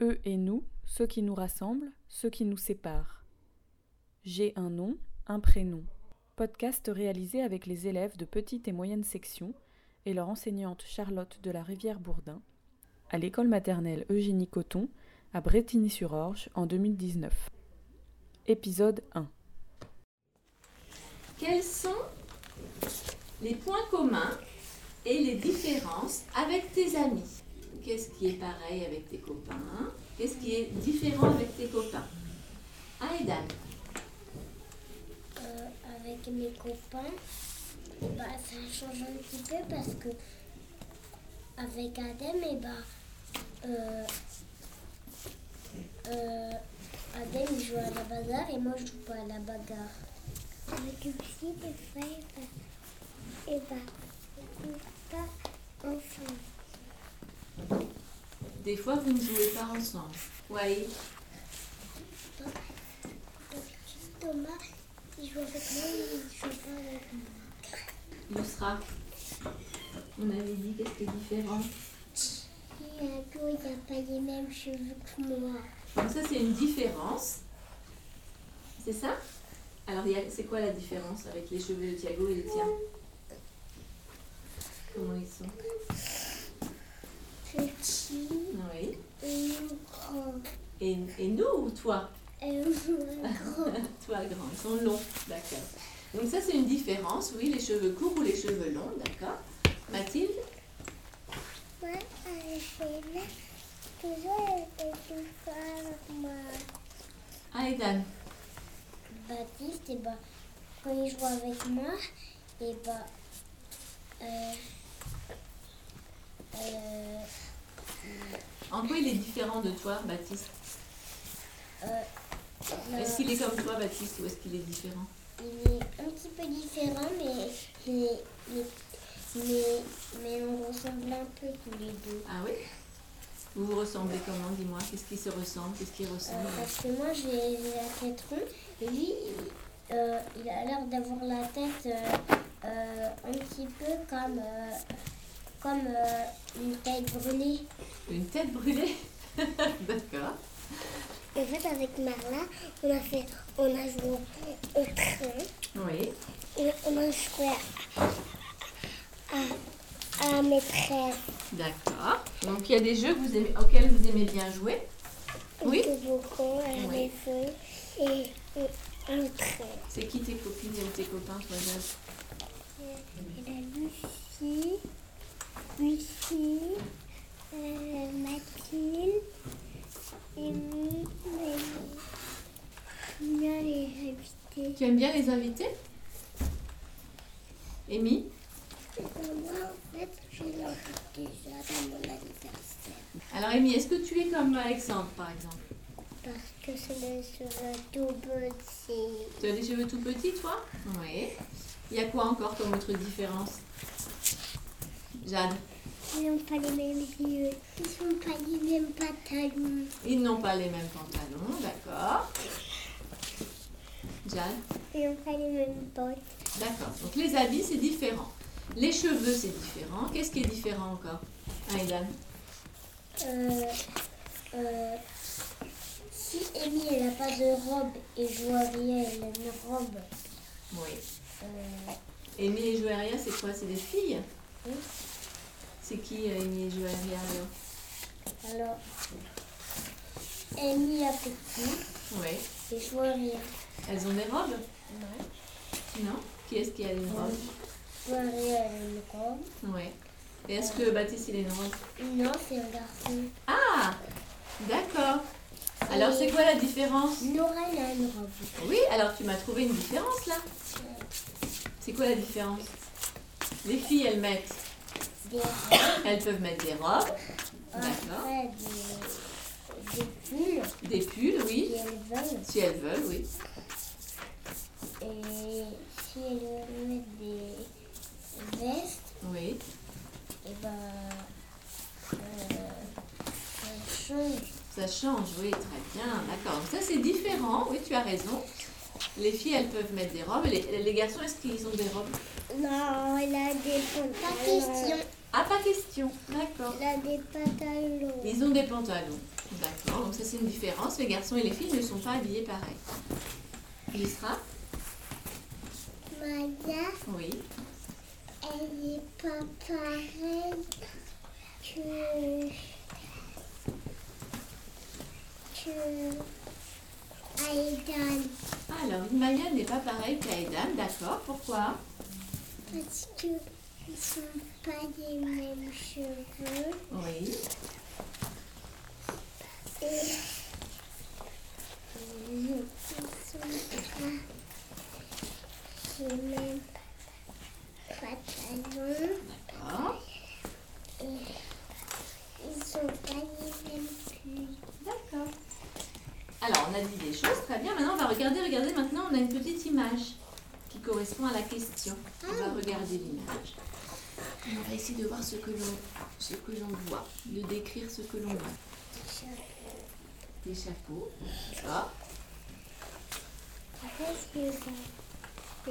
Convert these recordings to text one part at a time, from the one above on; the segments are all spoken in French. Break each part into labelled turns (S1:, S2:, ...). S1: eux et nous, ceux qui nous rassemblent, ceux qui nous séparent. J'ai un nom, un prénom. Podcast réalisé avec les élèves de petite et moyenne section et leur enseignante Charlotte de la Rivière Bourdin à l'école maternelle Eugénie Coton à Bretigny-sur-Orge en 2019. Épisode 1.
S2: Quels sont les points communs et les différences avec tes amis Qu'est-ce qui est pareil avec tes copains Qu'est-ce qui est différent avec tes copains Ah, Aidan,
S3: Euh, avec mes copains, bah, ça change un petit peu parce que avec Adem, et bah, euh, euh, Adem il joue à la bagarre et moi je joue pas à la bagarre. Avec aussi des frères, et bah, on joue pas ensemble.
S2: des fois vous ne jouez pas ensemble. Oui,
S3: Thomas, il joue avec moi, il joue pas avec moi.
S2: Yousra, on avait dit qu'est-ce qui est différent.
S3: Et il n'a pas les mêmes cheveux que moi.
S2: Donc ça c'est une différence. C'est ça Alors il y a- c'est quoi la différence avec les cheveux de Thiago et les tiens Comment ils sont
S3: Petit,
S2: Oui.
S3: et grand.
S2: Et, et nous ou toi
S3: Elle joue un grand.
S2: Toi, grand, ils sont longs, d'accord. Donc ça, c'est une différence, oui, les cheveux courts ou les cheveux longs, d'accord. Mathilde,
S3: Moi, je fais là. Toujours, elle était tout avec moi.
S2: Aidan,
S3: Baptiste, et bah, quand il joue avec moi, et bah, euh, euh,
S2: en quoi il est différent de toi, Baptiste
S3: bah,
S2: Est-ce qu'il est comme toi, Baptiste, ou est-ce qu'il est différent
S3: il est un petit peu différent, mais, mais, mais, mais, mais on ressemble un peu tous les deux.
S2: Ah oui Vous vous ressemblez comment, dis-moi Qu'est-ce qui se ressemble Qu'est-ce qui
S3: Euh,
S2: ressemble
S3: parce que moi j'ai j'ai la tête ronde et lui il- euh, il a l'air d'avoir la tête euh, euh, un petit peu comme, euh, comme euh, une tête brûlée.
S2: Une tête brûlée D'accord.
S3: En fait avec Marla on a fait on a joué au train,
S2: Oui.
S3: on a joué à, à maîtresse
S2: D'accord. Donc il y a des jeux que vous aimez, auxquels vous aimez bien jouer Oui
S3: beaucoup à
S2: la Oui.
S3: et un train.
S2: C'est qui tes copines ou tes copains, toi, Jazz
S3: Il y a Lucie, Lucie, euh, Mathilde, et moi, mais bien les invités.
S2: Tu aimes bien les invités Amy
S3: Moi, en fait, je l'ai déjà dans mon anniversaire.
S2: Alors, Amy, est-ce que tu es comme Alexandre, par exemple
S3: Parce que c'est le cheveu tout petit.
S2: Tu as des cheveux tout petits, toi Oui. Il y a quoi encore comme autre différence Jade,
S3: Ils n'ont pas les mêmes yeux. Ils sont pas les mêmes pantalons.
S2: ils n'ont pas les mêmes pantalons, d'accord Jade,
S3: Ils n'ont pas les mêmes bottes.
S2: d'accord. Donc, les habits, c'est différent. Les cheveux, c'est différent. Qu'est-ce qui est différent encore Aidan
S3: Euh, euh, si Amy elle a pas de robe et Joaria elle a une robe,
S2: Oui.
S3: euh,
S2: Amy et Joaria, c'est quoi C'est des filles
S3: Oui.
S2: C'est qui euh, Amy et Joaria alors
S3: alors Amy a petit
S2: Oui.
S3: et Joaria.
S2: Elles ont des robes
S3: Non.
S2: Non Qui est-ce qui a une robe
S3: Joaria elle a une robe.
S2: Ouais. Et est-ce que Baptiste il est une robe
S3: Non, c'est un garçon.
S2: Ah D'accord. Alors c'est quoi la différence
S3: Nora elle a une robe.
S2: Oui, alors tu m'as trouvé une différence là. C'est quoi la différence Les filles elles mettent,
S3: Des robes.
S2: elles peuvent mettre des robes, d'accord,
S3: Après des, des pulls
S2: des pulls,
S3: si
S2: oui,
S3: elles veulent.
S2: si elles veulent, oui.
S3: Et si elles veulent mettre des vestes.
S2: Oui.
S3: Et ben, euh, ça change.
S2: Ça change, oui, très bien, d'accord. Donc ça c'est différent, oui, tu as raison. Les filles elles peuvent mettre des robes, les, les garçons est-ce qu'ils ont des robes
S3: Non, elle a des pantalons. Pas question.
S2: Ah pas question, d'accord.
S3: Elle a des pantalons.
S2: Ils ont des pantalons. D'accord, donc ça c'est une différence. Les garçons et les filles ne sont pas habillés pareil. Lysra
S3: Maya,
S2: Oui.
S3: elle n'est pas pareille que. que. Aidan.
S2: Alors, une Mayenne n'est pas pareille qu'Aedan, d'accord. Pourquoi
S3: Parce qu'ils ne sont pas les mêmes cheveux.
S2: Oui.
S3: Et. Ils ne sont pas les mêmes pantalons.
S2: D'accord.
S3: Et. Ils ne sont pas les mêmes pluies.
S2: D'accord. Alors, on a dit des choses, très bien. Maintenant, on va regarder, regardez, maintenant, on a une petite image qui correspond à la question. On va regarder l'image. On va essayer de voir ce que l'on ce que l'on voit, de décrire ce que l'on voit. Des chapeaux, d'accord.
S3: Parce que le,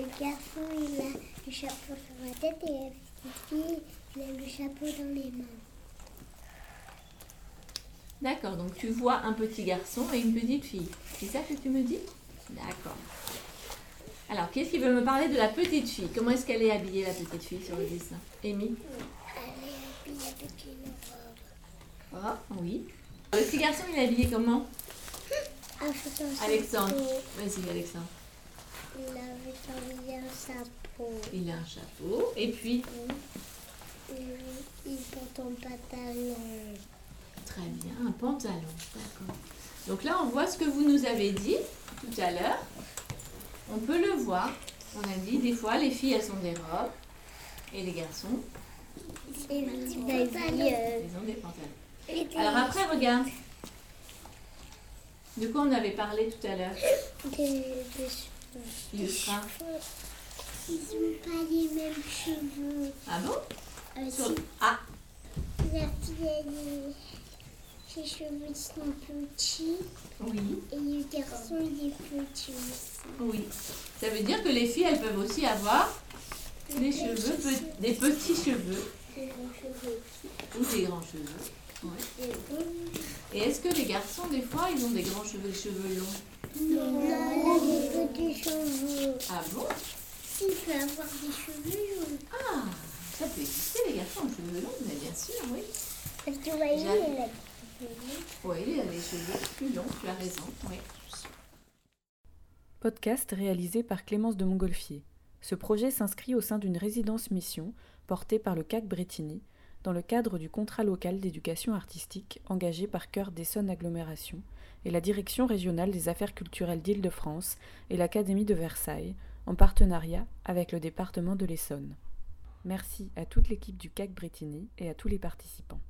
S3: le garçon, il a le chapeau sur la tête et la petite fille, il a le chapeau dans les mains.
S2: D'accord, donc tu vois un petit garçon et une petite fille. C'est ça que tu me dis D'accord. Alors, qu'est-ce qui veut me parler de la petite fille Comment est-ce qu'elle est habillée, la petite fille, sur le dessin Amy
S3: Elle est habillée avec une robe.
S2: Oh, oui. Le petit garçon, il est habillé comment Alexandre. Vas-y, Alexandre.
S3: Il avait enlevé un chapeau.
S2: Il a un chapeau. Et puis
S3: Il, il porte un pantalon.
S2: Très bien, un pantalon. D'accord. Donc là, on voit ce que vous nous avez dit tout à l'heure. On peut le voir. On a dit, des fois, les filles, elles ont des robes. Et les garçons,
S3: Et le petit pantalon.
S2: ils ont des pantalons.
S3: Et des-
S2: Alors après, regarde. De quoi on avait parlé tout à l'heure
S3: des- des cheveux.
S2: Il sera.
S3: Ils n'ont pas les mêmes cheveux.
S2: Ah bon
S3: Euh,
S2: Sur- Ah,
S3: La fille, elle est... ses cheveux sont petits
S2: oui,
S3: et le garçon, il est petit aussi.
S2: oui. Ça veut dire que les filles, elles peuvent aussi avoir des cheveux, pe- des petits cheveux
S3: Des grands cheveux.
S2: ou des grands cheveux. Ouais.
S3: Des grands-
S2: Et est-ce que les garçons, des fois, ils ont des grands cheveux, des cheveux longs
S3: Non, là, des petits cheveux.
S2: Ah bon
S3: Il peut avoir des cheveux jaunes.
S2: Ah, ça peut exister, les garçons, aux cheveux longs, mais bien sûr, oui.
S3: Parce que Maïli,
S2: J'avoue.
S3: elle a
S2: Oui, il a des cheveux plus longs, tu as raison, oui.
S1: Podcast réalisé par Clémence de Montgolfier. Ce projet s'inscrit au sein d'une résidence mission portée par le CAC Bretigny dans le cadre du contrat local d'éducation artistique engagé par Cœur d'Essonne Agglomération et la Direction régionale des affaires culturelles d'Île-de-France et l'Académie de Versailles en partenariat avec le département de l'Essonne. Merci à toute l'équipe du CAC Bretigny et à tous les participants.